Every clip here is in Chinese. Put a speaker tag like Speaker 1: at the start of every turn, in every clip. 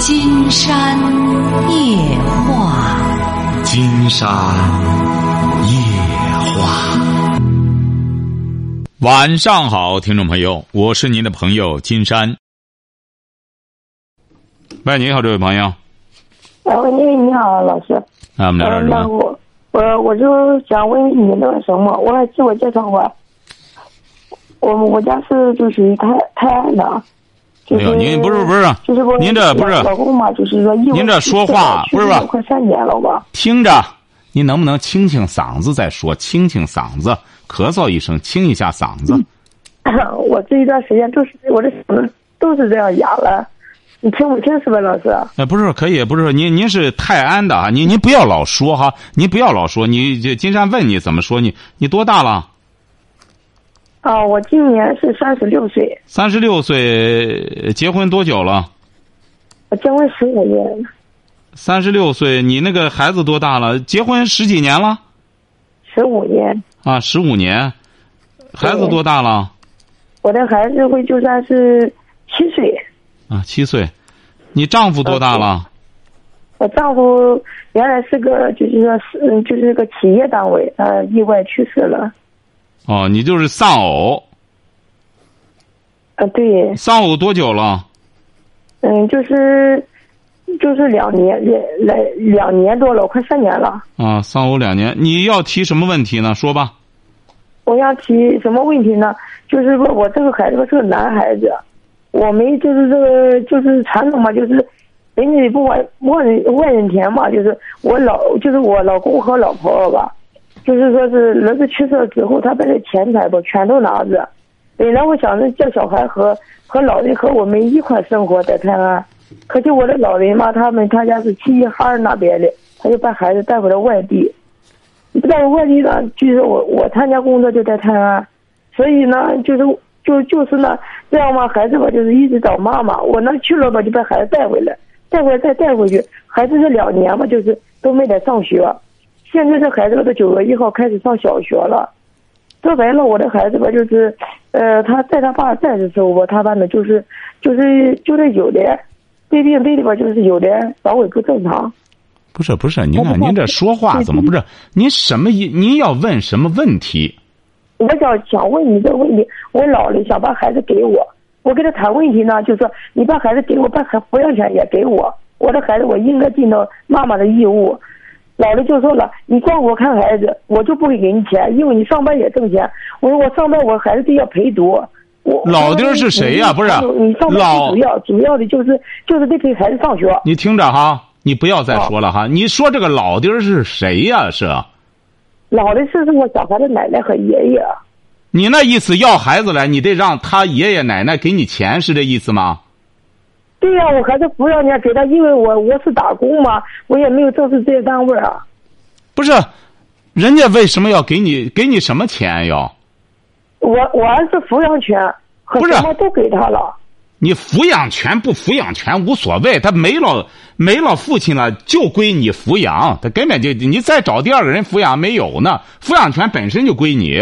Speaker 1: 金山夜话，
Speaker 2: 金山夜话。晚上好，听众朋友，我是您的朋友金山。喂，你好，这位朋友，
Speaker 3: 啊，喂，你好，老师。
Speaker 2: 那我们聊
Speaker 3: 呃
Speaker 2: 点什么？
Speaker 3: 那我我我就想问你那什么，我自我介绍吧。我我家是就属于泰泰安的。就
Speaker 2: 哎
Speaker 3: 是、
Speaker 2: 呦，您不是不是，啊
Speaker 3: 就是我
Speaker 2: 您这不是
Speaker 3: 老公嘛，就是说因为
Speaker 2: 您这说话
Speaker 3: 去世
Speaker 2: 不是吧
Speaker 3: 快三年了吧？
Speaker 2: 听着，您能不能清清嗓子再说？清清嗓子，咳嗽一声，清一下嗓子。
Speaker 3: 嗯我这一段时间都是我这嗓子都是这样哑了，你听不清是吧，老师？
Speaker 2: 呃，不是，可以，不是您，您是泰安的啊，您您不要老说哈，您不要老说，你这金山问你怎么说你，你多大了？
Speaker 3: 啊，我今年是三十六岁，
Speaker 2: 三十六岁，呃结婚多久了？
Speaker 3: 我结婚十五年，
Speaker 2: 三十六岁，你那个孩子多大了？结婚十几年了
Speaker 3: 十五年，
Speaker 2: 啊，十五年，孩子多大了？
Speaker 3: 我的孩子会就算是七岁。
Speaker 2: 啊，七岁，你丈夫多大了？
Speaker 3: 我丈夫原来是个，就是说是，嗯就是个企业单位，呃，意外去世了。
Speaker 2: 哦，你就是丧偶，
Speaker 3: 呃，对，
Speaker 2: 丧偶多久了？
Speaker 3: 嗯，就是，就是两年，两两两年多了，快三年了。
Speaker 2: 啊，丧偶两年，你要提什么问题呢？说吧。
Speaker 3: 我想提什么问题呢？就是问我这个孩子是个男孩子，我们就是这个就是传统嘛，就是人家不管外人外人田嘛，就是我老就是我老公和老婆吧，就是说是儿子去世了之后，他把这钱财吧全都拿着，哎然后想着叫小孩和和老人和我们一块生活在泰安，可是我的老人嘛，他们他家是齐齐哈尔那边的，他就把孩子带回了外地。在外地呢，就是我我参加工作就在泰安，所以呢，就是就就是呢，这样嘛，孩子吧，就是一直找妈妈。我呢去了吧，就把孩子带回来，带回来再带回去，孩子这两年嘛，就是都没得上学。现在这孩子吧，都九月一号开始上小学了。说白了，我的孩子吧，就是，呃，他在他爸在的时候吧，他爸呢就是，就是就是有的，对病对的吧，就是有的肠胃不正常。
Speaker 2: 不是不是，您
Speaker 3: 我不
Speaker 2: 看
Speaker 3: 知道
Speaker 2: 您这说话
Speaker 3: 对
Speaker 2: 怎么不是？您什么意？您要问什么问题？
Speaker 3: 我想想问你这个问题，我老了想把孩子给我，我跟他谈问题呢，就是说你把孩子给我，把孩抚养权也给我，我的孩子我应该尽到妈妈的义务。老了就说了，你光我看孩子，我就不会给你钱，因为你上班也挣钱。我说我上班我孩子就要陪读。我
Speaker 2: 老爹儿是谁呀不是啊
Speaker 3: 你上班
Speaker 2: 老
Speaker 3: 主要主要的就是就是得陪孩子上学。
Speaker 2: 你听着哈，你不要再
Speaker 3: 哦
Speaker 2: 说了哈。你说这个老爹儿是谁呀、是
Speaker 3: 老的是是我小孩的奶奶和爷爷。
Speaker 2: 你那意思要孩子来，你得让他爷爷奶奶给你钱，是这意思吗？
Speaker 3: 对呀、我还是不要人家给他，因为我我是打工嘛，我也没有正式职业单位啊。
Speaker 2: 不是，人家为什么要给你给你什么钱要？
Speaker 3: 我我儿子抚养权和
Speaker 2: 不是
Speaker 3: 什么都给他了，
Speaker 2: 你抚养权不抚养权无所谓，他没了没了父亲了，就归你抚养，他根本就你再找第二个人抚养没有呢，抚养权本身就归你。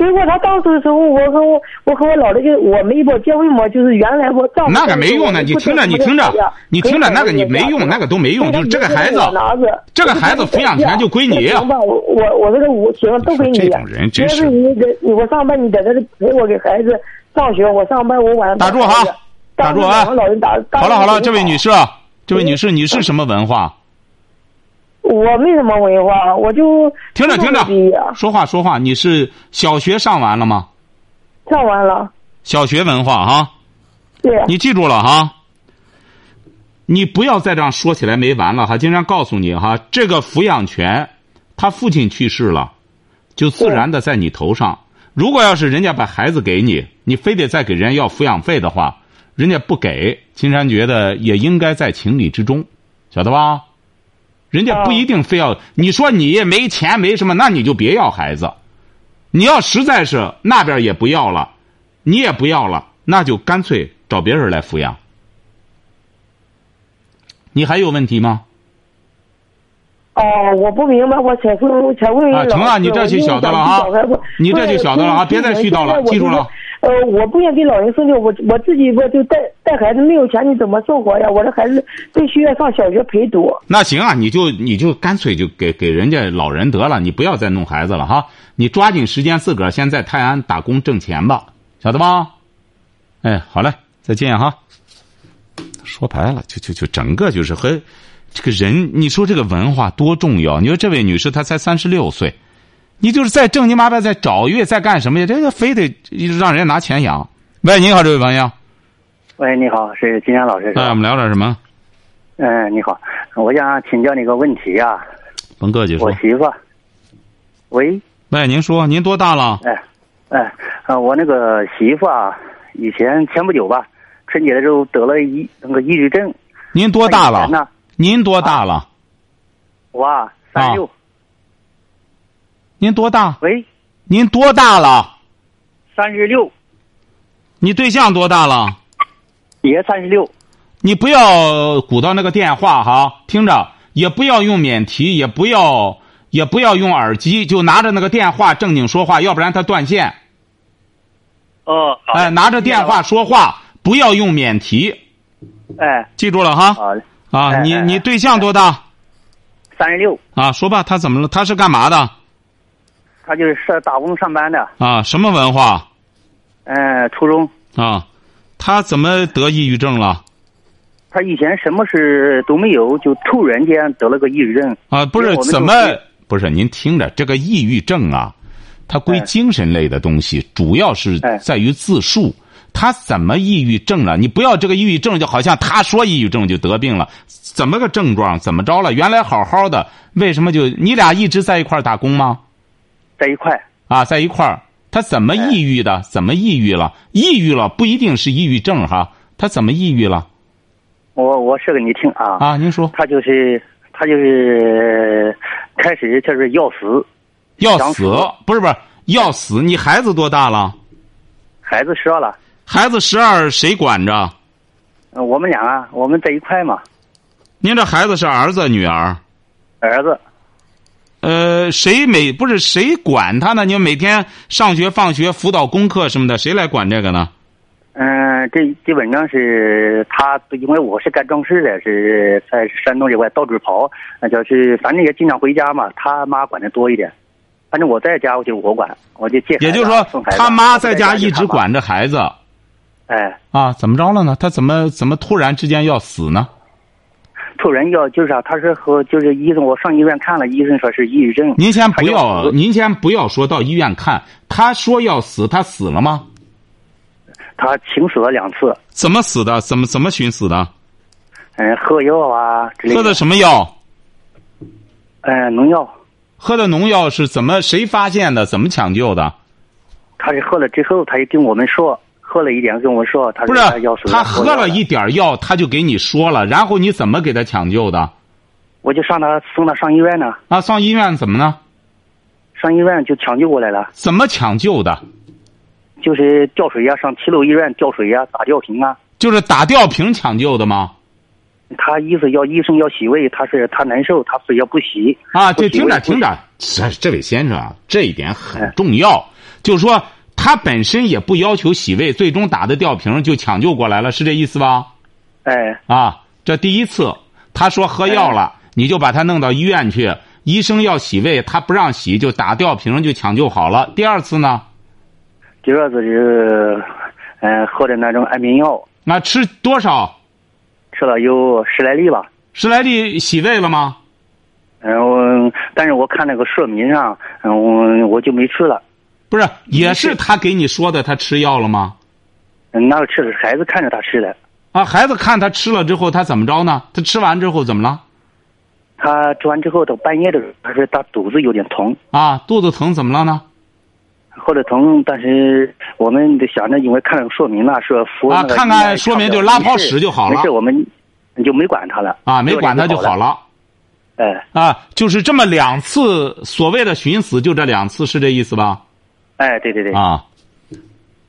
Speaker 3: 结果他当时的时候，我和我我和我老的就我们一波结婚嘛，就是原来我丈夫
Speaker 2: 那个没用的，你听着，你听着，你听着，那个你没用，那个都没用，就是这个孩子，
Speaker 3: 拿着
Speaker 2: 这个孩子抚养权就归你
Speaker 3: 行吧，我我我说的我行，都给你。
Speaker 2: 这种人真是
Speaker 3: 要你得你我上班，你在这里陪我给孩子上学，我上班我晚上
Speaker 2: 打住哈打住啊
Speaker 3: 当时两个老人打。
Speaker 2: 好了好了，这位女
Speaker 3: 士，
Speaker 2: 士，啊这位女士，你是什么文化？
Speaker 3: 我没什么文化，我就
Speaker 2: 听着
Speaker 3: 初中
Speaker 2: 听着
Speaker 3: 毕业，
Speaker 2: 说话说话，你是小学上完了吗？
Speaker 3: 上完了，
Speaker 2: 小学文化啊，
Speaker 3: 对。
Speaker 2: 你记住了哈、你不要再这样说起来没完了哈！经常告诉你哈，这个抚养权，他父亲去世了，就自然的在你头上。如果要是人家把孩子给你，你非得再给人家要抚养费的话，人家不给，金山觉得也应该在情理之中，晓得吧？人家不一定非要你说你也没钱没什么，那你就别要孩子。你要实在是那边也不要了，你也不要了，那就干脆找别人来抚养。你还有问题吗？
Speaker 3: 哦，我不明白，我才会才会
Speaker 2: 啊成啊你这就晓得了啊你这就晓得了啊别再絮叨了记住了。
Speaker 3: 呃，我不愿给老人送教，我我自己我就带带孩子没有钱，你怎么生活呀？我的孩子都需要上小学陪读。
Speaker 2: 那行啊，你就你就干脆就给给人家老人得了，你不要再弄孩子了哈。你抓紧时间自个儿先在泰安打工挣钱吧，晓得吧？哎，好嘞，再见哈。说白了，就就就整个就是和这个人，你说这个文化多重要？你说这位女士她才三十六岁，你就是再正经八百再找月再干什么呀？这个非得让人家拿钱养。喂，你好，这位朋友，
Speaker 4: 喂，你好，是金山老师是
Speaker 2: 哎，我
Speaker 4: 吧？
Speaker 2: 们聊点什么？
Speaker 4: 嗯，你好，我想请教你个问题啊。
Speaker 2: 甭客气说
Speaker 4: 我。媳妇儿，喂，
Speaker 2: 喂，您说您多大了？
Speaker 4: 哎，哎，啊，我那个媳妇啊，以前前不久吧，春节的时候得了抑那个抑郁症。
Speaker 2: 您多大
Speaker 4: 她以前
Speaker 2: 了？
Speaker 4: 呢？
Speaker 2: 您多大了？
Speaker 4: 我啊，三十六。
Speaker 2: 您多大？
Speaker 4: 喂，
Speaker 2: 您多大了？
Speaker 4: 三十六，
Speaker 2: 你对象多大了？
Speaker 4: 也三十六。
Speaker 2: 你不要鼓捣那个电话哈，听着，也不要用免提，也不要也不要用耳机，就拿着那个电话正经说话，要不然它断线。
Speaker 4: 哦，好嘞
Speaker 2: 哎，拿着电话。说话，不要用免提，
Speaker 4: 哎，
Speaker 2: 记住了哈。
Speaker 4: 好嘞，
Speaker 2: 啊，
Speaker 4: 哎
Speaker 2: 你
Speaker 4: 哎
Speaker 2: 你
Speaker 4: 哎
Speaker 2: 对象多大
Speaker 4: 三十六，
Speaker 2: 啊？说吧，他怎么了？他是干嘛的
Speaker 4: 她就是上打工上班的，
Speaker 2: 啊？什么文化
Speaker 4: 嗯，初中。
Speaker 2: 啊？他怎么得抑郁症了
Speaker 4: 她以前什么事都没有，就突然间得了个抑郁症。
Speaker 2: 啊？不
Speaker 4: 因
Speaker 2: 是
Speaker 4: 为我们
Speaker 2: 怎
Speaker 4: 就
Speaker 2: 么
Speaker 4: 是
Speaker 2: 不是？您听着，这个抑郁症啊，它归
Speaker 4: 哎
Speaker 2: 精神类的东西，主要是
Speaker 4: 哎
Speaker 2: 在于自述。他怎么抑郁症了？你不要这个抑郁症，就好像他说抑郁症就得病了，怎么个症状？怎么着了？原来好好的，为什么就你俩一直在一块儿打工吗？
Speaker 4: 在一块。
Speaker 2: 啊，在一块儿，他怎么
Speaker 4: 哎
Speaker 2: 抑郁的？怎么抑郁了？抑郁了不一定是抑郁症哈，他怎么抑郁了？
Speaker 4: 我我说给你听啊，
Speaker 2: 啊，您说
Speaker 4: 他就是他就是开始就是要死，
Speaker 2: 要
Speaker 4: 想
Speaker 2: 死
Speaker 4: 死
Speaker 2: 不是不是要死？你孩子多大了？
Speaker 4: 孩子折了，
Speaker 2: 孩子十二，谁管着？
Speaker 4: 呃我们俩啊，我们在一块嘛，
Speaker 2: 您这孩子是儿子女儿？
Speaker 4: 儿子
Speaker 2: 呃，谁每不是谁管他呢？你每天上学、放学、辅导功课什么的，谁来管这个呢？
Speaker 4: 啊嗯、这基本上是他，因为我是干装饰的，是在山东这块到处跑，那就是反正也经常回家嘛，他妈管的多一点，反正我在家我就我管，我就接孩子啊，
Speaker 2: 也就是说
Speaker 4: 送孩，子啊
Speaker 2: 他妈
Speaker 4: 我
Speaker 2: 在
Speaker 4: 在
Speaker 2: 家
Speaker 4: 就
Speaker 2: 一
Speaker 4: 他
Speaker 2: 直
Speaker 4: 妈，
Speaker 2: 管着孩子
Speaker 4: 哎，
Speaker 2: 啊？怎么着了呢？他怎么怎么突然之间要死呢？
Speaker 4: 突然要就是啊，他是和就是医生，我上医院看了，医生说是抑郁症，
Speaker 2: 您先
Speaker 4: 他
Speaker 2: 不要，
Speaker 4: 死
Speaker 2: 您先不要说到医院看，他说要死，他死了吗？
Speaker 4: 他请死了两次。
Speaker 2: 怎么死的？怎么怎么寻死的？
Speaker 4: 嗯，喝药啊之类
Speaker 2: 喝的什么药？
Speaker 4: 嗯，农药，
Speaker 2: 喝的农药是怎么？谁发现的？怎么抢救的？
Speaker 4: 他是喝了之后，他就跟我们说，喝了一点跟我说，他
Speaker 2: 不
Speaker 4: 说
Speaker 2: 是
Speaker 4: 要死
Speaker 2: 他喝
Speaker 4: 了
Speaker 2: 了一，点药，他就给你说了，然后你怎么给他抢救的？
Speaker 4: 我就上他送他上医院呢，
Speaker 2: 啊，上医院怎么呢？
Speaker 4: 上医院就抢救过来了，
Speaker 2: 怎么抢救的？
Speaker 4: 就是吊水呀、上七楼医院吊水呀、打吊瓶啊。
Speaker 2: 就是打吊瓶抢救的吗？
Speaker 4: 他意思要医生要洗胃，他是他难受，他非要不洗。
Speaker 2: 啊，
Speaker 4: 不
Speaker 2: 这
Speaker 4: 洗
Speaker 2: 听着
Speaker 4: 胃不哎
Speaker 2: 听着，这这位先生啊，这一点很重要，就是说他本身也不要求洗胃，最终打的吊瓶就抢救过来了，是这意思吧？
Speaker 4: 哎，
Speaker 2: 啊，这第一次他说喝药了，你就把他弄到医院去，医生要洗胃，他不让洗，就打吊瓶就抢救好了。第二次呢，
Speaker 4: 第二次是，嗯、喝的那种安眠药，
Speaker 2: 那吃多少
Speaker 4: 吃了有十来粒吧。
Speaker 2: 十来粒洗胃了吗？
Speaker 4: 然后，但是我看那个说明上，嗯，我我就没吃了。
Speaker 2: 不是，也是他给你说的，他吃药了吗？
Speaker 4: 嗯，那个吃的孩子看着他吃的，
Speaker 2: 啊，孩子看他吃了之后，他怎么着呢？他吃完之后怎么了？
Speaker 4: 他吃完之后到半夜的时候，他说他肚子有点疼，
Speaker 2: 啊，肚子疼怎么了呢？
Speaker 4: 或者疼，但是我们得想着，因为看了说明了，说服
Speaker 2: 啊
Speaker 4: 那个
Speaker 2: 看看
Speaker 4: 医院
Speaker 2: 说明
Speaker 4: 差不
Speaker 2: 就
Speaker 4: 多
Speaker 2: 拉泡
Speaker 4: 没事
Speaker 2: 屎就好了
Speaker 4: 没事，我们就没管他了
Speaker 2: 啊，没管他就好
Speaker 4: 了。
Speaker 2: 了。
Speaker 4: 哎
Speaker 2: 啊，就是这么两次所谓的寻死，就这两次是这意思吧？
Speaker 4: 哎，
Speaker 2: 啊
Speaker 4: 对对对，
Speaker 2: 啊，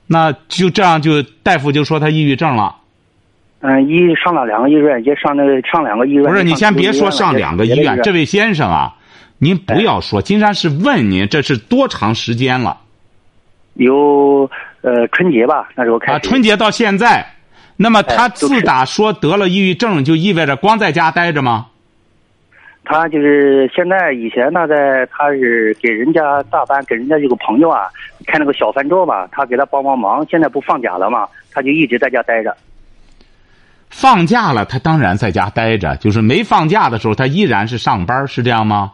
Speaker 2: 那就这样就大夫就说他抑郁症了。
Speaker 4: 嗯，一上了两个医院，也上那上两个医院。
Speaker 2: 不是，你先别说上两个医院，这
Speaker 4: 位
Speaker 2: 位先生啊，您不要说，金山是问您这是多长时间了
Speaker 4: 有呃春节吧，那时候开始。
Speaker 2: 啊？春节到现在，那么他
Speaker 4: 哎就是
Speaker 2: 自打说得了抑郁症，就意味着光在家待着吗？
Speaker 4: 他就是现在以前呢，在他是给人家大班给人家有个朋友啊开那个小饭桌吧，他给他帮帮忙。现在不放假了嘛，他就一直在家待着。
Speaker 2: 放假了，他当然在家待着，就是没放假的时候，他依然是上班，是这样吗？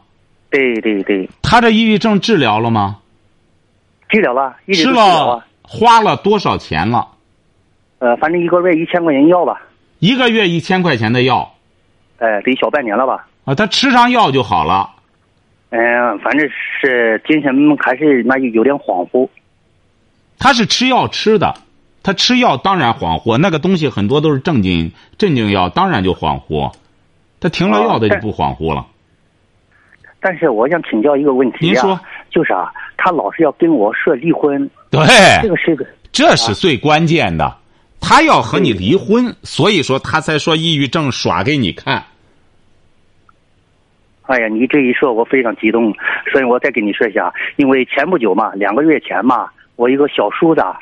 Speaker 4: 对对对，
Speaker 2: 他这抑郁症治疗了吗？
Speaker 4: 治疗了，一直
Speaker 2: 吃
Speaker 4: 都治疗啊
Speaker 2: 了，花了多少钱了？
Speaker 4: 呃，反正一个月一千块钱药吧，
Speaker 2: 一个月一千块钱的药
Speaker 4: 呃，得小半年了吧。
Speaker 2: 啊，他吃上药就好了。
Speaker 4: 嗯、反正是精神还是那有点恍惚。
Speaker 2: 他是吃药吃的，他吃药当然恍惚，那个东西很多都是镇静镇静药，当然就恍惚。他停
Speaker 4: 哦
Speaker 2: 了药，他就不恍惚 了。
Speaker 4: 但是我想请教一个问题、啊，
Speaker 2: 您说，
Speaker 4: 就是啊，他老是要跟我说离婚，这
Speaker 2: 对，
Speaker 4: 个是个
Speaker 2: 这是最关键的。他要和你离婚，所以说他才说抑郁症耍给你看。
Speaker 4: 哎呀，你这一说，我非常激动，所以我再跟你说一下，因为前不久嘛，两个月前嘛，我一个小叔子啊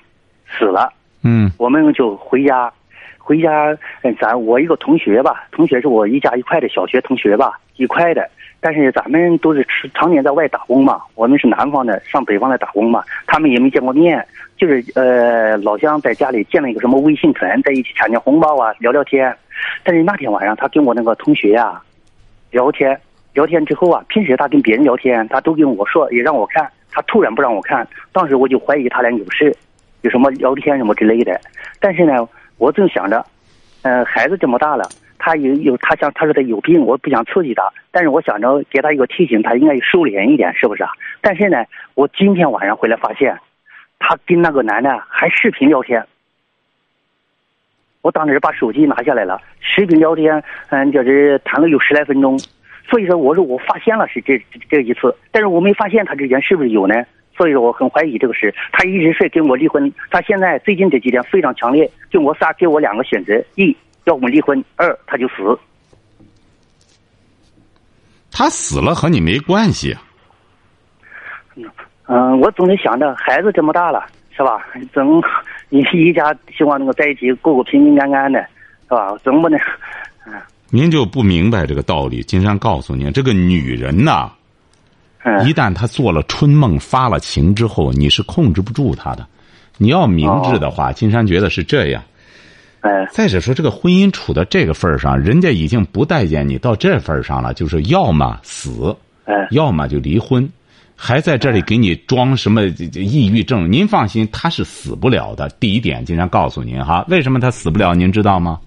Speaker 4: 死了，
Speaker 2: 嗯
Speaker 4: 我们就回家，回家，嗯咱我一个同学吧，同学是我一家一块的小学同学吧，一块的，但是咱们都是吃常年在外打工嘛，我们是南方的，上北方来打工嘛，他们也没见过面，就是呃老乡在家里建了一个什么微信群，在一起抢抢红包啊，聊聊天，但是那天晚上他跟我那个同学呀、聊天，聊天之后啊，平时他跟别人聊天，他都跟我说，也让我看，他突然不让我看，当时我就怀疑他俩有事，有什么聊天什么之类的。但是呢，我正想着，呃，孩子这么大了，他有有他想他说他有病，我不想刺激他，但是我想着给他一个提醒，他应该收敛一点，是不是啊？但是呢，我今天晚上回来发现，他跟那个男的还视频聊天。我当时把手机拿下来了，视频聊天，嗯，就是谈了有十来分钟。所以说，我说我发现了是这这这一次，但是我没发现他之前是不是有呢？所以说我很怀疑这个事。他一直是跟我离婚，他现在最近这几天非常强烈，就我仨给我两个选择：一要么离婚，二他就死。
Speaker 2: 他死了和你没关系。啊
Speaker 4: 嗯，我总得想着孩子这么大了，是吧？总一一家希望能够在一起过过平平安安的，是吧？总不能
Speaker 2: 您就不明白这个道理。金山告诉您，这个女人呐，
Speaker 4: 嗯
Speaker 2: 一旦她做了春梦、发了情之后，你是控制不住她的。你要明智的话，金山觉得是这样。
Speaker 4: 嗯
Speaker 2: 再者说，这个婚姻处到这个份儿上，人家已经不待见你到这份儿上了，就是要么死，
Speaker 4: 嗯
Speaker 2: 要么就离婚，还在这里给你装什么这这抑郁症。您放心，他是死不了的。第一点，金山告诉您哈，为什么他死不了？您知道吗？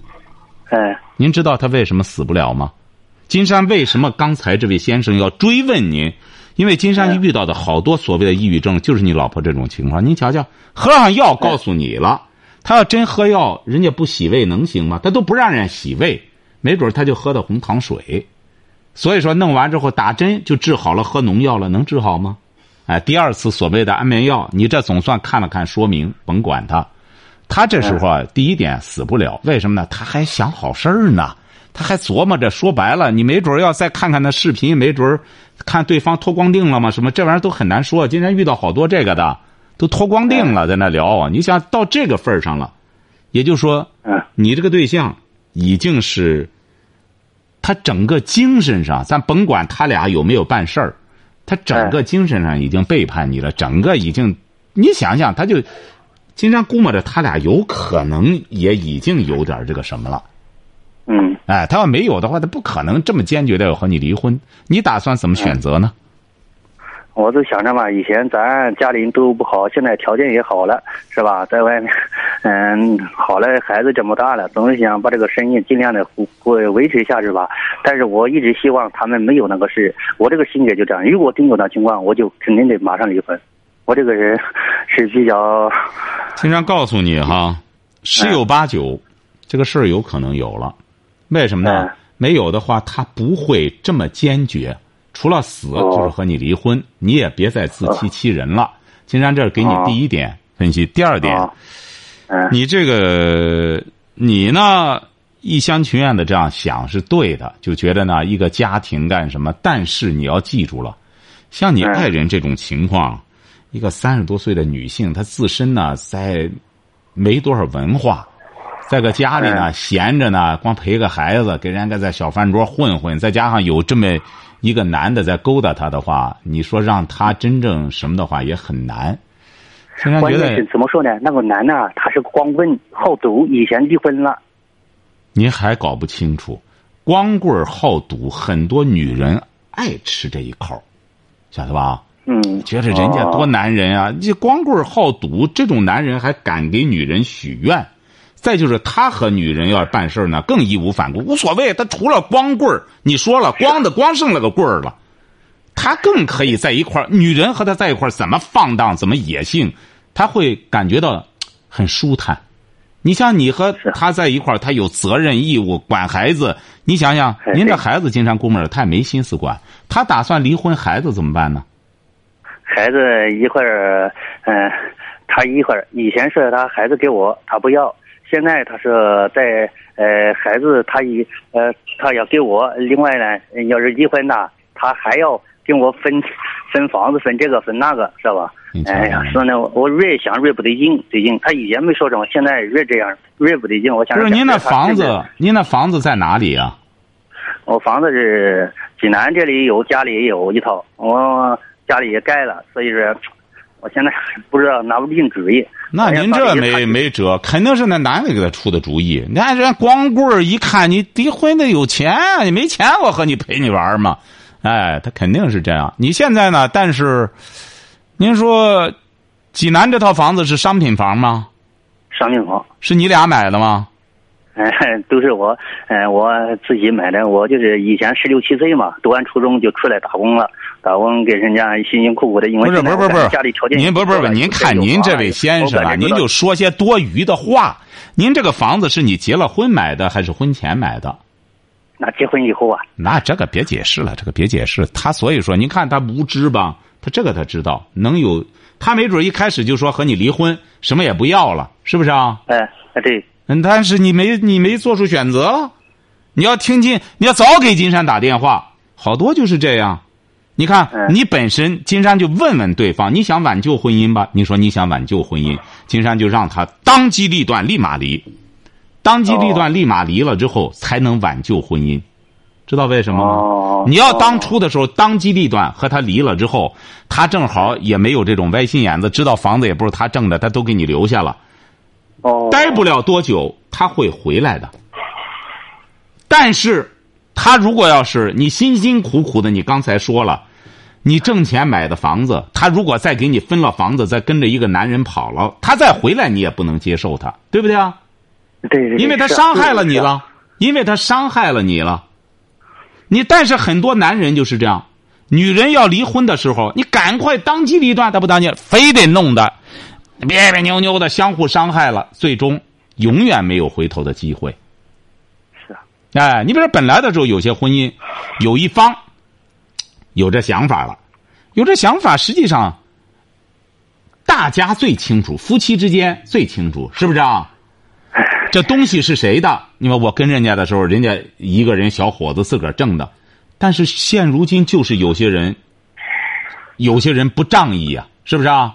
Speaker 4: 嗯
Speaker 2: 您知道他为什么死不了吗？金山为什么刚才这位先生要追问您？因为金山遇到的好多所谓的抑郁症，就是你老婆这种情况。您瞧瞧，喝上药告诉你了，他要真喝药，人家不洗胃能行吗？他都不让人洗胃，没准他就喝的红糖水。所以说，弄完之后打针就治好了，喝农药了，能治好吗？哎，第二次所谓的安眠药，你这总算看了看说明，甭管它。他这时候啊，第一点死不了，为什么呢？他还想好事儿呢，他还琢磨着。说白了，你没准儿要再看看那视频，没准儿看对方脱光腚了吗？什么这玩意儿都很难说。今天遇到好多这个的，都脱光腚了，在那聊啊。你想到这个份儿上了，也就是说，
Speaker 4: 嗯
Speaker 2: 你这个对象已经是他整个精神上，咱甭管他俩有没有办事儿，他整个精神上已经背叛你了，整个已经，你想想，他就经常估摸着他俩有可能也已经有点这个什么了。
Speaker 4: 嗯，
Speaker 2: 哎，他要没有的话，他不可能这么坚决的要和你离婚。你打算怎么选择呢？
Speaker 4: 我就想着嘛，以前咱家里人都不好，现在条件也好了，是吧？在外面，嗯，好了，孩子这么大了，总是想把这个生意尽量的过维持下去吧。但是我一直希望他们没有那个事，我这个心里就这样。如果真有那情况，我就肯定得马上离婚。我这个人是比较，
Speaker 2: 经常告诉你哈，十有八九，这个事儿有可能有了。为什么呢
Speaker 4: 嗯？
Speaker 2: 没有的话，他不会这么坚决。除了死，
Speaker 4: 哦
Speaker 2: 就是和你离婚，你也别再自欺欺人了。金山这是给你
Speaker 4: 哦
Speaker 2: 第一点分析，第二点，
Speaker 4: 啊啊，嗯
Speaker 2: 你这个你呢一厢情愿的这样想是对的，就觉得呢一个家庭干什么？但是你要记住了，像你
Speaker 4: 嗯
Speaker 2: 爱人这种情况，一个三十多岁的女性，她自身呢在没多少文化，在个家里呢
Speaker 4: 嗯
Speaker 2: 闲着呢，光陪个孩子，给人家在小饭桌混混，再加上有这么一个男的在勾搭她的话，你说让她真正什么的话也很难。经常
Speaker 4: 关
Speaker 2: 觉
Speaker 4: 键
Speaker 2: 得
Speaker 4: 是怎么说呢？那个男的啊他是光棍好赌，以前离婚了，
Speaker 2: 您还搞不清楚，光棍儿好赌，很多女人爱吃这一口儿，晓得吧？
Speaker 4: 嗯，
Speaker 2: 觉得人家
Speaker 4: 哦
Speaker 2: 多男人啊！这光棍儿好赌，这种男人还敢给女人许愿。再就是他和女人要是办事儿呢，更义无反顾，无所谓。他除了光棍儿，你说了光的光剩了个棍儿了，他更可以在一块儿。女人和他在一块儿怎么放荡，怎么野性，他会感觉到很舒坦。你像你和
Speaker 4: 是
Speaker 2: 他在一块儿，他有责任义务管孩子。你想想，
Speaker 4: 哎
Speaker 2: 您这
Speaker 4: 对
Speaker 2: 孩子经常估摸着，他也没心思管。他打算离婚，孩子怎么办呢？
Speaker 4: 孩子一会儿，嗯、他一会儿以前是他孩子给我，他不要，现在他是在呃孩子他一呃他要给我，另外呢要是离婚呐，他还要跟我分分房子分这个分那个是吧
Speaker 2: 你？瞧
Speaker 4: 哎呀
Speaker 2: 瞧，
Speaker 4: 说呢，我越想越不对劲，对劲。他以前没说什么，现在越这样越不对劲。我想
Speaker 2: 不是您那
Speaker 4: 那
Speaker 2: 房子，您那房子在哪里啊？
Speaker 4: 我房子是济南这里有，家里也有一套，我家里也盖了，所以说，我现在 不知道拿不定主意。
Speaker 2: 那您这
Speaker 4: 哎
Speaker 2: 没
Speaker 4: 呀
Speaker 2: 没辙，肯定是那男的给他出的主意。你看人家光棍儿一看你离婚的有钱，啊你没钱我和你陪你玩儿嘛。哎，他肯定是这样。你现在呢？但是，您说，济南这套房子是商品房吗？
Speaker 4: 商品房，
Speaker 2: 是你俩买的吗？
Speaker 4: 嗯、 都是我，嗯、我自己买的。我就是以前十六七岁嘛，读完初中就出来打工了，打工给人家辛辛苦苦的，因为
Speaker 2: 不是不是不是不
Speaker 4: 家里条
Speaker 2: 是，
Speaker 4: 件也
Speaker 2: 您不是不是不
Speaker 4: 错
Speaker 2: 是，
Speaker 4: 了
Speaker 2: 您看您这位先生啊，您就说些多余的话。您这个房子是你结了婚买的还是婚前买的？
Speaker 4: 那结婚以后啊，
Speaker 2: 那这个别解释了，这个别解释。他所以说，您看他无知吧，他这个他知道，能有他没准一开始就说和你离婚，什么也不要了，是不是啊？
Speaker 4: 哎、哎对，
Speaker 2: 嗯，但是你没你没做出选择，你要听金，你要早给金山打电话，好多就是这样。你看，
Speaker 4: 嗯
Speaker 2: 你本身金山就问问对方，你想挽救婚姻吧？你说你想挽救婚姻，金山就让他当机立断，立马离。当机立断，立马离了之后，才能挽救婚姻，知道为什么吗？
Speaker 4: 哦
Speaker 2: 你要当初的时候当机立断和他离了之后，他正好也没有这种歪心眼子，知道房子也不是他挣的，他都给你留下了。
Speaker 4: 哦，
Speaker 2: 待不了多久他会回来的。但是，他如果要是你辛辛苦苦的，你刚才说了，你挣钱买的房子，他如果再给你分了房子，再跟着一个男人跑了，他再回来你也不能接受他，对不对啊？
Speaker 4: 对，对
Speaker 2: 因为他
Speaker 4: 是啊
Speaker 2: 伤害了你
Speaker 4: 是啊
Speaker 2: 了，因为他伤害了你了。你但是很多男人就是这样，女人要离婚的时候，你赶快当机立断，他不当机，非得弄得别别扭扭的，相互伤害了，最终永远没有回头的机会。
Speaker 4: 是啊
Speaker 2: 哎，你比如说本来的时候，有些婚姻，有一方有这想法了，有这想法，实际上大家最清楚，夫妻之间最清楚，是不是啊？这东西是谁的？你说我跟人家的时候，人家一个人小伙子自个儿挣的，但是现如今就是有些人，有些人不仗义啊，是不是啊？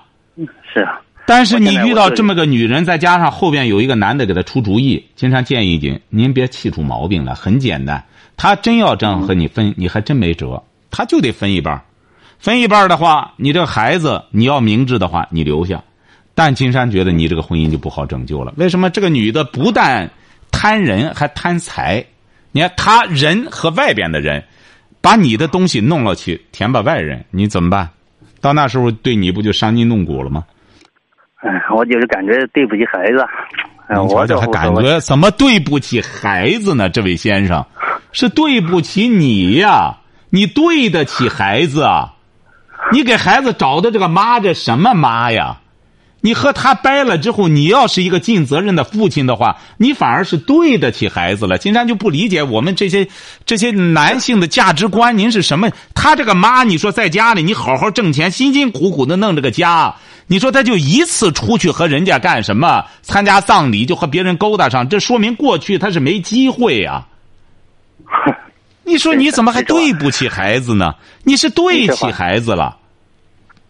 Speaker 4: 是啊，
Speaker 2: 但是你
Speaker 4: 我现在
Speaker 2: 遇
Speaker 4: 我
Speaker 2: 到
Speaker 4: 就
Speaker 2: 这么个女人，再加上后边有一个男的给她出主意，金山建议您，您别气出毛病来，很简单。他真要这样和你分，你还真没辙，他就得分一半儿。分一半儿的话，你这个孩子你要明智的话，你留下。但金山觉得你这个婚姻就不好拯救了。为什么？这个女的不但贪人，还贪财。你看，她人和外边的人，把你的东西弄了去，填吧外人，你怎么办？到那时候对你不就伤筋动骨了吗？
Speaker 4: 嗯，我就是感觉对不起孩子。哎
Speaker 2: 您瞧
Speaker 4: 我
Speaker 2: 瞧，还感觉怎么对不起孩子呢？这位先生，是对不起你呀、你对得起孩子啊？你给孩子找的这个妈，这什么妈呀？你和他掰了之后，你要是一个尽责任的父亲的话，你反而是对得起孩子了。金山就不理解我们这些这些男性的价值观，您是什么？他这个妈，你说在家里你好好挣钱，辛辛苦苦的弄这个家，你说他就一次出去和人家干什么？参加葬礼就和别人勾搭上，这说明过去他是没机会呀、你说你怎么还对不起孩子呢？你是对起孩子了。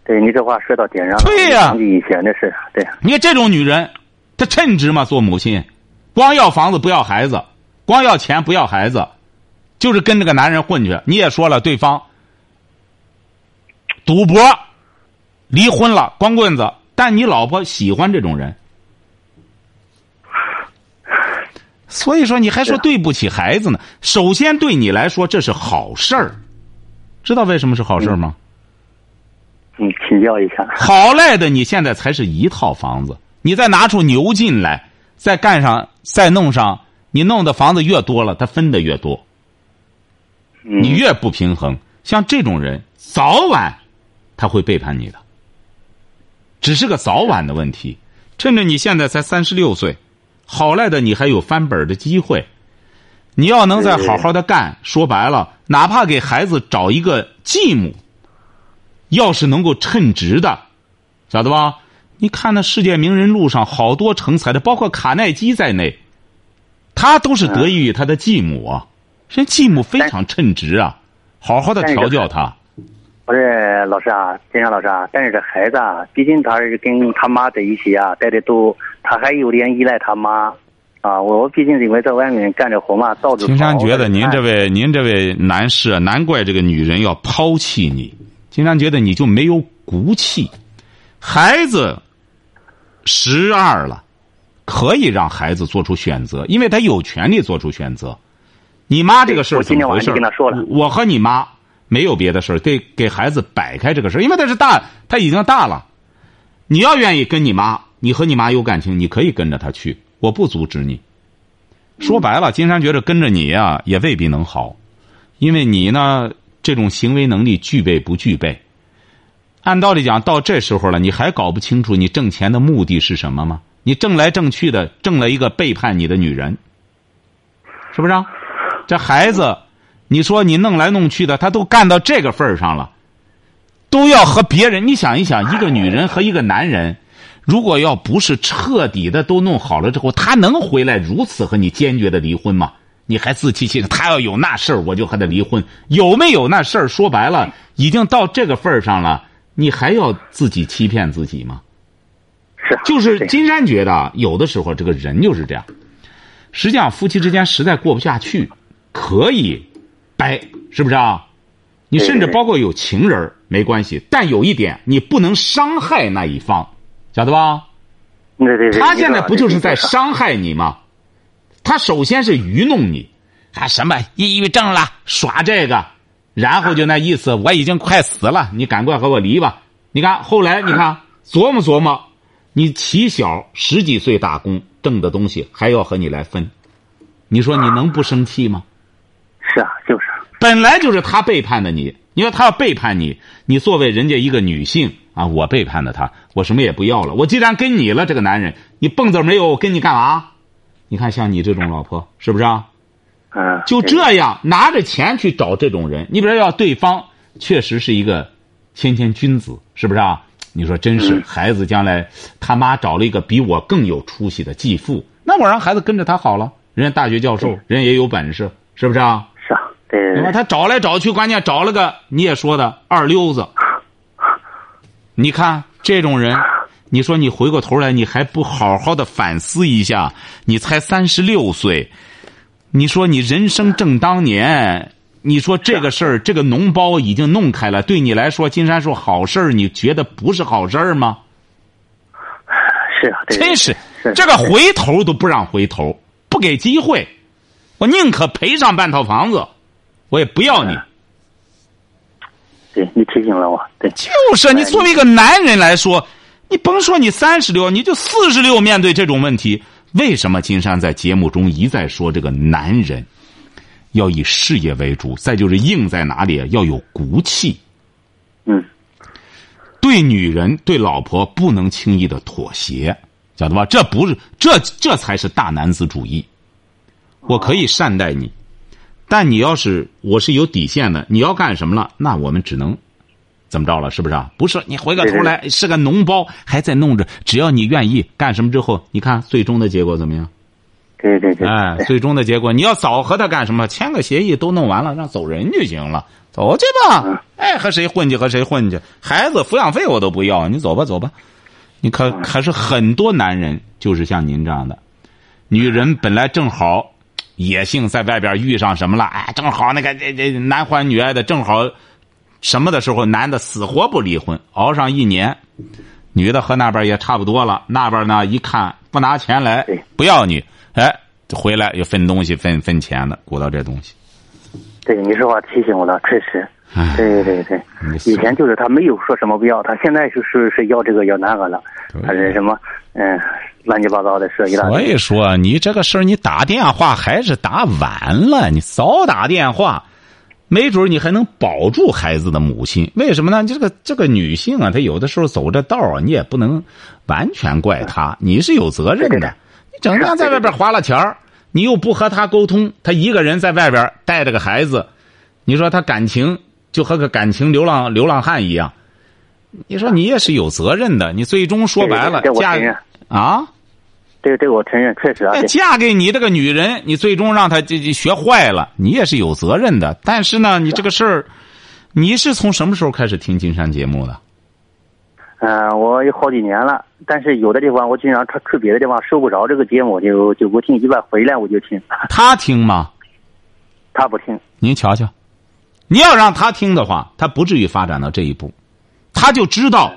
Speaker 4: 对你这话说到点上了，
Speaker 2: 对呀
Speaker 4: 我想起以前的事，对，
Speaker 2: 你看这种女人，她称职吗？做母亲，光要房子不要孩子，光要钱不要孩子，就是跟这个男人混去。你也说了，对方赌博、离婚了，光棍子，但你老婆喜欢这种人，所以说你还说对不起孩子呢。首先对你来说这是好事儿，知道为什么是好事儿吗？
Speaker 4: 嗯，请教一下，
Speaker 2: 好赖的，你现在才是一套房子，你再拿出牛进来，再干上，再弄上，你弄的房子越多了，他分的越多，
Speaker 4: 嗯
Speaker 2: 你越不平衡。像这种人，早晚他会背叛你的，只是个早晚的问题。趁着你现在才三十六岁，好赖的你还有翻本儿的机会。你要能再好好的干，说白了，哪怕给孩子找一个继母，要是能够称职的，晓得吧？你看那世界名人录上好多成才的，包括卡耐基在内，他都是得益于他的继母啊。人继母非常称职啊，好好的调教他。
Speaker 4: 我说老师啊，金山老师啊，但是这孩子啊，毕竟他是跟他妈在一起啊，待的都，他还有点依赖他妈，啊，我毕竟因为在外面干着活嘛，到处跑。
Speaker 2: 金山觉得您这
Speaker 4: 哎
Speaker 2: 位您这位男士啊，难怪这个女人要抛弃你。金山觉得你就没有骨气。孩子十二了，可以让孩子做出选择，因为他有权利做出选择。你妈这个事儿
Speaker 4: 我
Speaker 2: 怎
Speaker 4: 今天
Speaker 2: 么
Speaker 4: 晚
Speaker 2: 回事
Speaker 4: 上就
Speaker 2: 儿？
Speaker 4: 跟他说了
Speaker 2: 我我和你妈没有别的事儿，得给孩子摆开这个事儿，因为他是大，他已经大了。你要愿意跟你妈，你和你妈有感情，你可以跟着她去，我不阻止你。说白了，金山觉得跟着你呀、也未必能好，因为你呢这种行为能力具备不具备？按道理讲，到这时候了，你还搞不清楚你挣钱的目的是什么吗？你挣来挣去的，挣了一个背叛你的女人，是不是、啊？这孩子，你说你弄来弄去的，他都干到这个份儿上了，都要和别人。你想一想，一个女人和一个男人，如果要不是彻底的都弄好了之后，他能回来如此和你坚决的离婚吗？你还自欺欺人？他要有那事儿，我就和他离婚。有没有那事儿？说白了，已经到这个份儿上了，你还要自己欺骗自己吗？
Speaker 4: 是
Speaker 2: 就是
Speaker 4: 对
Speaker 2: 金山觉得，啊，有的时候这个人就是这样。实际上，夫妻之间实在过不下去，可以掰，是不是啊？你甚至
Speaker 4: 对对
Speaker 2: 包括有情人儿没关系，但有一点，你不能伤害那一方，晓得吧？
Speaker 4: 对对对，
Speaker 2: 他
Speaker 4: 你
Speaker 2: 现在
Speaker 4: 说
Speaker 2: 不就是在
Speaker 4: 你说
Speaker 2: 伤害你吗？他首先是愚弄你，啊什么抑郁症了，耍这个，然后就那意思，我已经快死了，你赶快和我离吧。你看后来，你看琢磨琢磨，你起小十几岁打工挣的东西还要和你来分，你说你能不生气吗？
Speaker 4: 是啊，就是
Speaker 2: 本来就是他背叛的你，你说他要背叛你，你作为人家一个女性啊，我背叛了他，我什么也不要了，我既然跟你了，这个男人，你蹦子没有，我跟你干嘛？你看像你这种老婆是不是啊？
Speaker 4: 嗯，
Speaker 2: 就
Speaker 4: 对
Speaker 2: 这样拿着钱去找这种人，你比如要对方确实是一个谦谦君子，是不是啊？你说真是，孩子将来他妈找了一个比我更有出息的继父，那我让孩子跟着他好了，人家大学教授，人家也有本事，是不是啊？
Speaker 4: 是啊，对
Speaker 2: 你
Speaker 4: 对
Speaker 2: 看
Speaker 4: 对，
Speaker 2: 他找来找去，关键找了个你也说的二溜子。你看这种人，你说你回过头来，你还不好好的反思一下？你才三十六岁，你说你人生正当年，你说这个事儿，这个脓包已经弄开了，对你来说，金山说好事儿，你觉得不是好事儿吗？
Speaker 4: 是啊，对对
Speaker 2: 真
Speaker 4: 对
Speaker 2: 是
Speaker 4: 是
Speaker 2: 这个回头都不让回头，不给机会，我宁可赔上半套房子，我也不要你。
Speaker 4: 嗯对你提醒了我，对
Speaker 2: 就是啊你作为一个男人来说，你甭说你三十六，你就四十六，面对这种问题，为什么金山在节目中一再说这个男人要以事业为主？再就是硬在哪里，要有骨气。
Speaker 4: 嗯，
Speaker 2: 对女人、对老婆不能轻易的妥协，晓得吧？这不是这这才是大男子主义。我可以善待你，但你要是我是有底线的，你要干什么了，那我们只能怎么着了？是不是啊？不是你回过头来是个脓包，还在弄着。只要你愿意干什么之后，你看最终的结果怎么样？
Speaker 4: 对对对，
Speaker 2: 哎，最终的结果，你要早和他干什么？签个协议都弄完了，让走人就行了，走去
Speaker 4: 嗯
Speaker 2: 吧。哎，和谁混去和谁混去，孩子抚养费我都不要，你走吧走吧。你可可是很多男人就是像您这样的，女人本来正好野性在外边遇上什么了，哎，正好那个这这男欢女爱的，正好什么的时候，男的死活不离婚，熬上一年，女的和那边也差不多了，那边呢一看不拿钱来
Speaker 4: 对，
Speaker 2: 不要你，哎，回来又分东西分分钱的，鼓捣这东西。
Speaker 4: 对，你这话提醒我了，确实。
Speaker 2: 唉
Speaker 4: 对对对
Speaker 2: 你，
Speaker 4: 以前就是他没有说什么不要，他现在就是是要这个要那个了，还是什么嗯乱七八糟的说一大
Speaker 2: 所
Speaker 4: 堆。
Speaker 2: 以说，你这个事儿，你打电话还是打晚了，你早打电话，没准儿你还能保住孩子的母亲。为什么呢？这个这个女性啊，她有的时候走这道儿啊，你也不能完全怪她，你是有责任
Speaker 4: 对对
Speaker 2: 的
Speaker 4: 对。
Speaker 2: 你整天在外边花了钱儿，你又不和她沟通，她一个人在外边带着个孩子，你说她感情就和个感情流浪流浪汉一样。你说你也是有责任的，你最终说白了
Speaker 4: 对对对这，我
Speaker 2: 嫁
Speaker 4: 承认
Speaker 2: 啊。
Speaker 4: 对对，我承认，确实啊，
Speaker 2: 那
Speaker 4: 对
Speaker 2: 嫁给你这个女人，你最终让她这这学坏了，你也是有责任的。但是呢，你这个事儿，你是从什么时候开始听金山节目的？
Speaker 4: 嗯、我有好几年了，但是有的地方我经常他去别的地方收不着这个节目，我就就不听，一般回来我就听，
Speaker 2: 他听吗？
Speaker 4: 他不听。
Speaker 2: 您瞧瞧，你要让他听的话，他不至于发展到这一步。他就知道，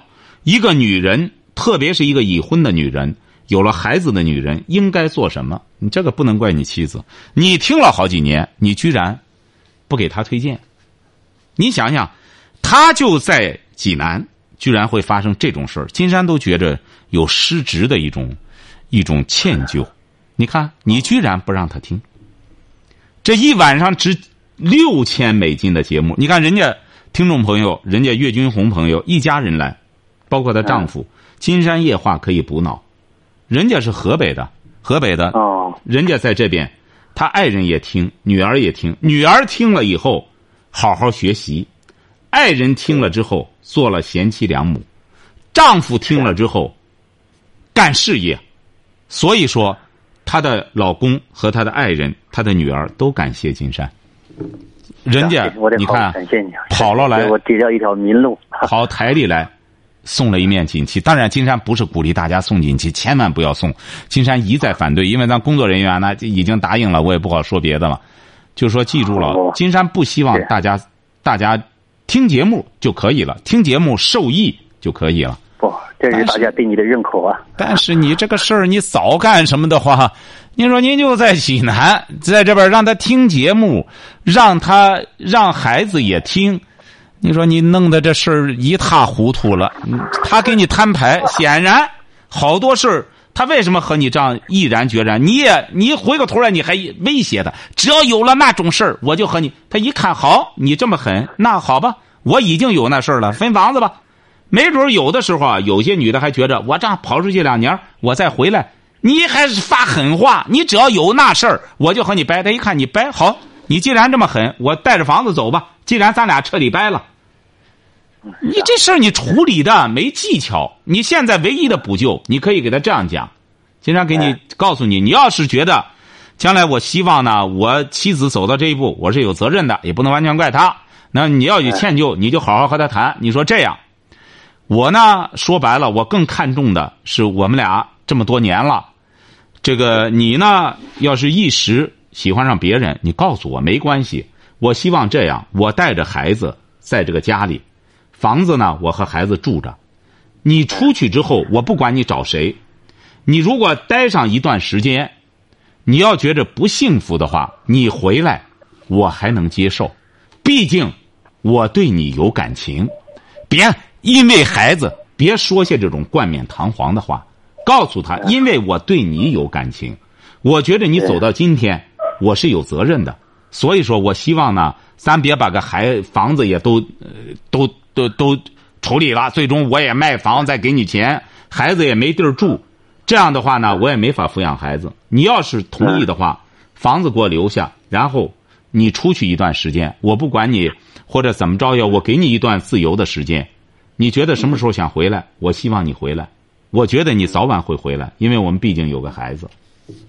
Speaker 2: 一个女人，特别是一个已婚的女人，有了孩子的女人应该做什么。你这个不能怪你妻子，你听了好几年，你居然不给他推荐。你想想，他就在济南，居然会发生这种事儿，金山都觉着有失职的一种一种歉疚。你看，你居然不让他听，这一晚上值六千美金的节目，你看人家听众朋友，人家岳军红朋友一家人来，包括她丈夫，金山夜话可以补脑，人家是河北的，河北的
Speaker 4: 哦，
Speaker 2: 人家在这边，他爱人也听，女儿也听，女儿听了以后，好好学习；爱人听了之后，做了贤妻良母；丈夫听了之后，干事业。所以说，她的老公和她的爱人、她的女儿都感谢金山。人
Speaker 4: 是
Speaker 2: 家
Speaker 4: 啊我得
Speaker 2: 你
Speaker 4: 好
Speaker 2: 看
Speaker 4: 好，感谢你啊，
Speaker 2: 跑了来
Speaker 4: 给我指掉一条明路。
Speaker 2: 跑台里来，送了一面锦旗。当然，金山不是鼓励大家送锦旗，千万不要送。金山一再反对，因为咱工作人员呢已经答应了，我也不好说别的了。就说记住了
Speaker 4: 哦，
Speaker 2: 金山不希望
Speaker 4: 是
Speaker 2: 大家大家听节目就可以了，听节目受益就可以了。
Speaker 4: 不，这是大家对你的认可啊。
Speaker 2: 但是你这个事儿，你早干什么的话，您说您就在济南，在这边让他听节目，让他让孩子也听，你说你弄得这事儿一塌糊涂了。嗯他给你摊牌，显然好多事儿，他为什么和你这样毅然决然？你也你一回过头来，你还威胁他，只要有了那种事儿，我就和你。他一看，好，你这么狠，那好吧，我已经有那事儿了，分房子吧。没准儿有的时候啊，有些女的还觉着我这样跑出去两年儿，我再回来，你还是发狠话，你只要有那事儿，我就和你掰。他一看你掰好，你既然这么狠，我带着房子走吧。既然咱俩彻底掰了，
Speaker 4: 嗯啊
Speaker 2: 你这事儿你处理的没技巧。你现在唯一的补救，你可以给他这样讲，经常给你
Speaker 4: 哎
Speaker 2: 告诉你，你要是觉得将来我希望呢，我妻子走到这一步，我是有责任的，也不能完全怪他。那你要有歉疚，你就好好和他谈。你说这样，我呢说白了，我更看重的是我们俩这么多年了，这个你呢要是一时喜欢上别人，你告诉我没关系。我希望这样，我带着孩子在这个家里，房子呢我和孩子住着。你出去之后，我不管你找谁，你如果待上一段时间，你要觉着不幸福的话，你回来，我还能接受。毕竟我对你有感情，别因为孩子别说些这种冠冕堂皇的话，告诉他，因为我对你有感情，我觉得你走到今天，我是有责任的，所以说我希望呢，咱别把个孩房子也都、呃、都都都处理了，最终我也卖房再给你钱，孩子也没地儿住，这样的话呢，我也没法抚养孩子。你要是同意的
Speaker 4: 嗯
Speaker 2: 话，房子给我留下，然后你出去一段时间，我不管你或者怎么着也，我给你一段自由的时间。你觉得什么时候想回来？我希望你回来，我觉得你早晚会回来，因为我们毕竟有个孩子。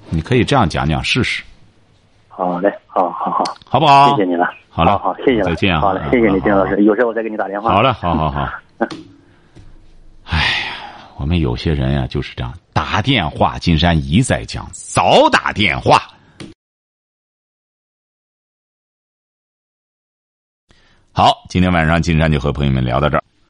Speaker 2: 你可以这样讲讲试试，
Speaker 4: 好嘞，好好好，
Speaker 2: 好不好？
Speaker 4: 谢谢你了。
Speaker 2: 好了
Speaker 4: 好，谢谢了，
Speaker 2: 再见啊
Speaker 4: 好嘞
Speaker 2: 啊，
Speaker 4: 谢谢你，丁老
Speaker 2: 好
Speaker 4: 师，有事我再给你打电话。
Speaker 2: 好了，好好 好。哎呀，我们有些人呀、就是这样，打电话，金山一再讲，早打电话。好，今天晚上金山就和朋友们聊到这儿。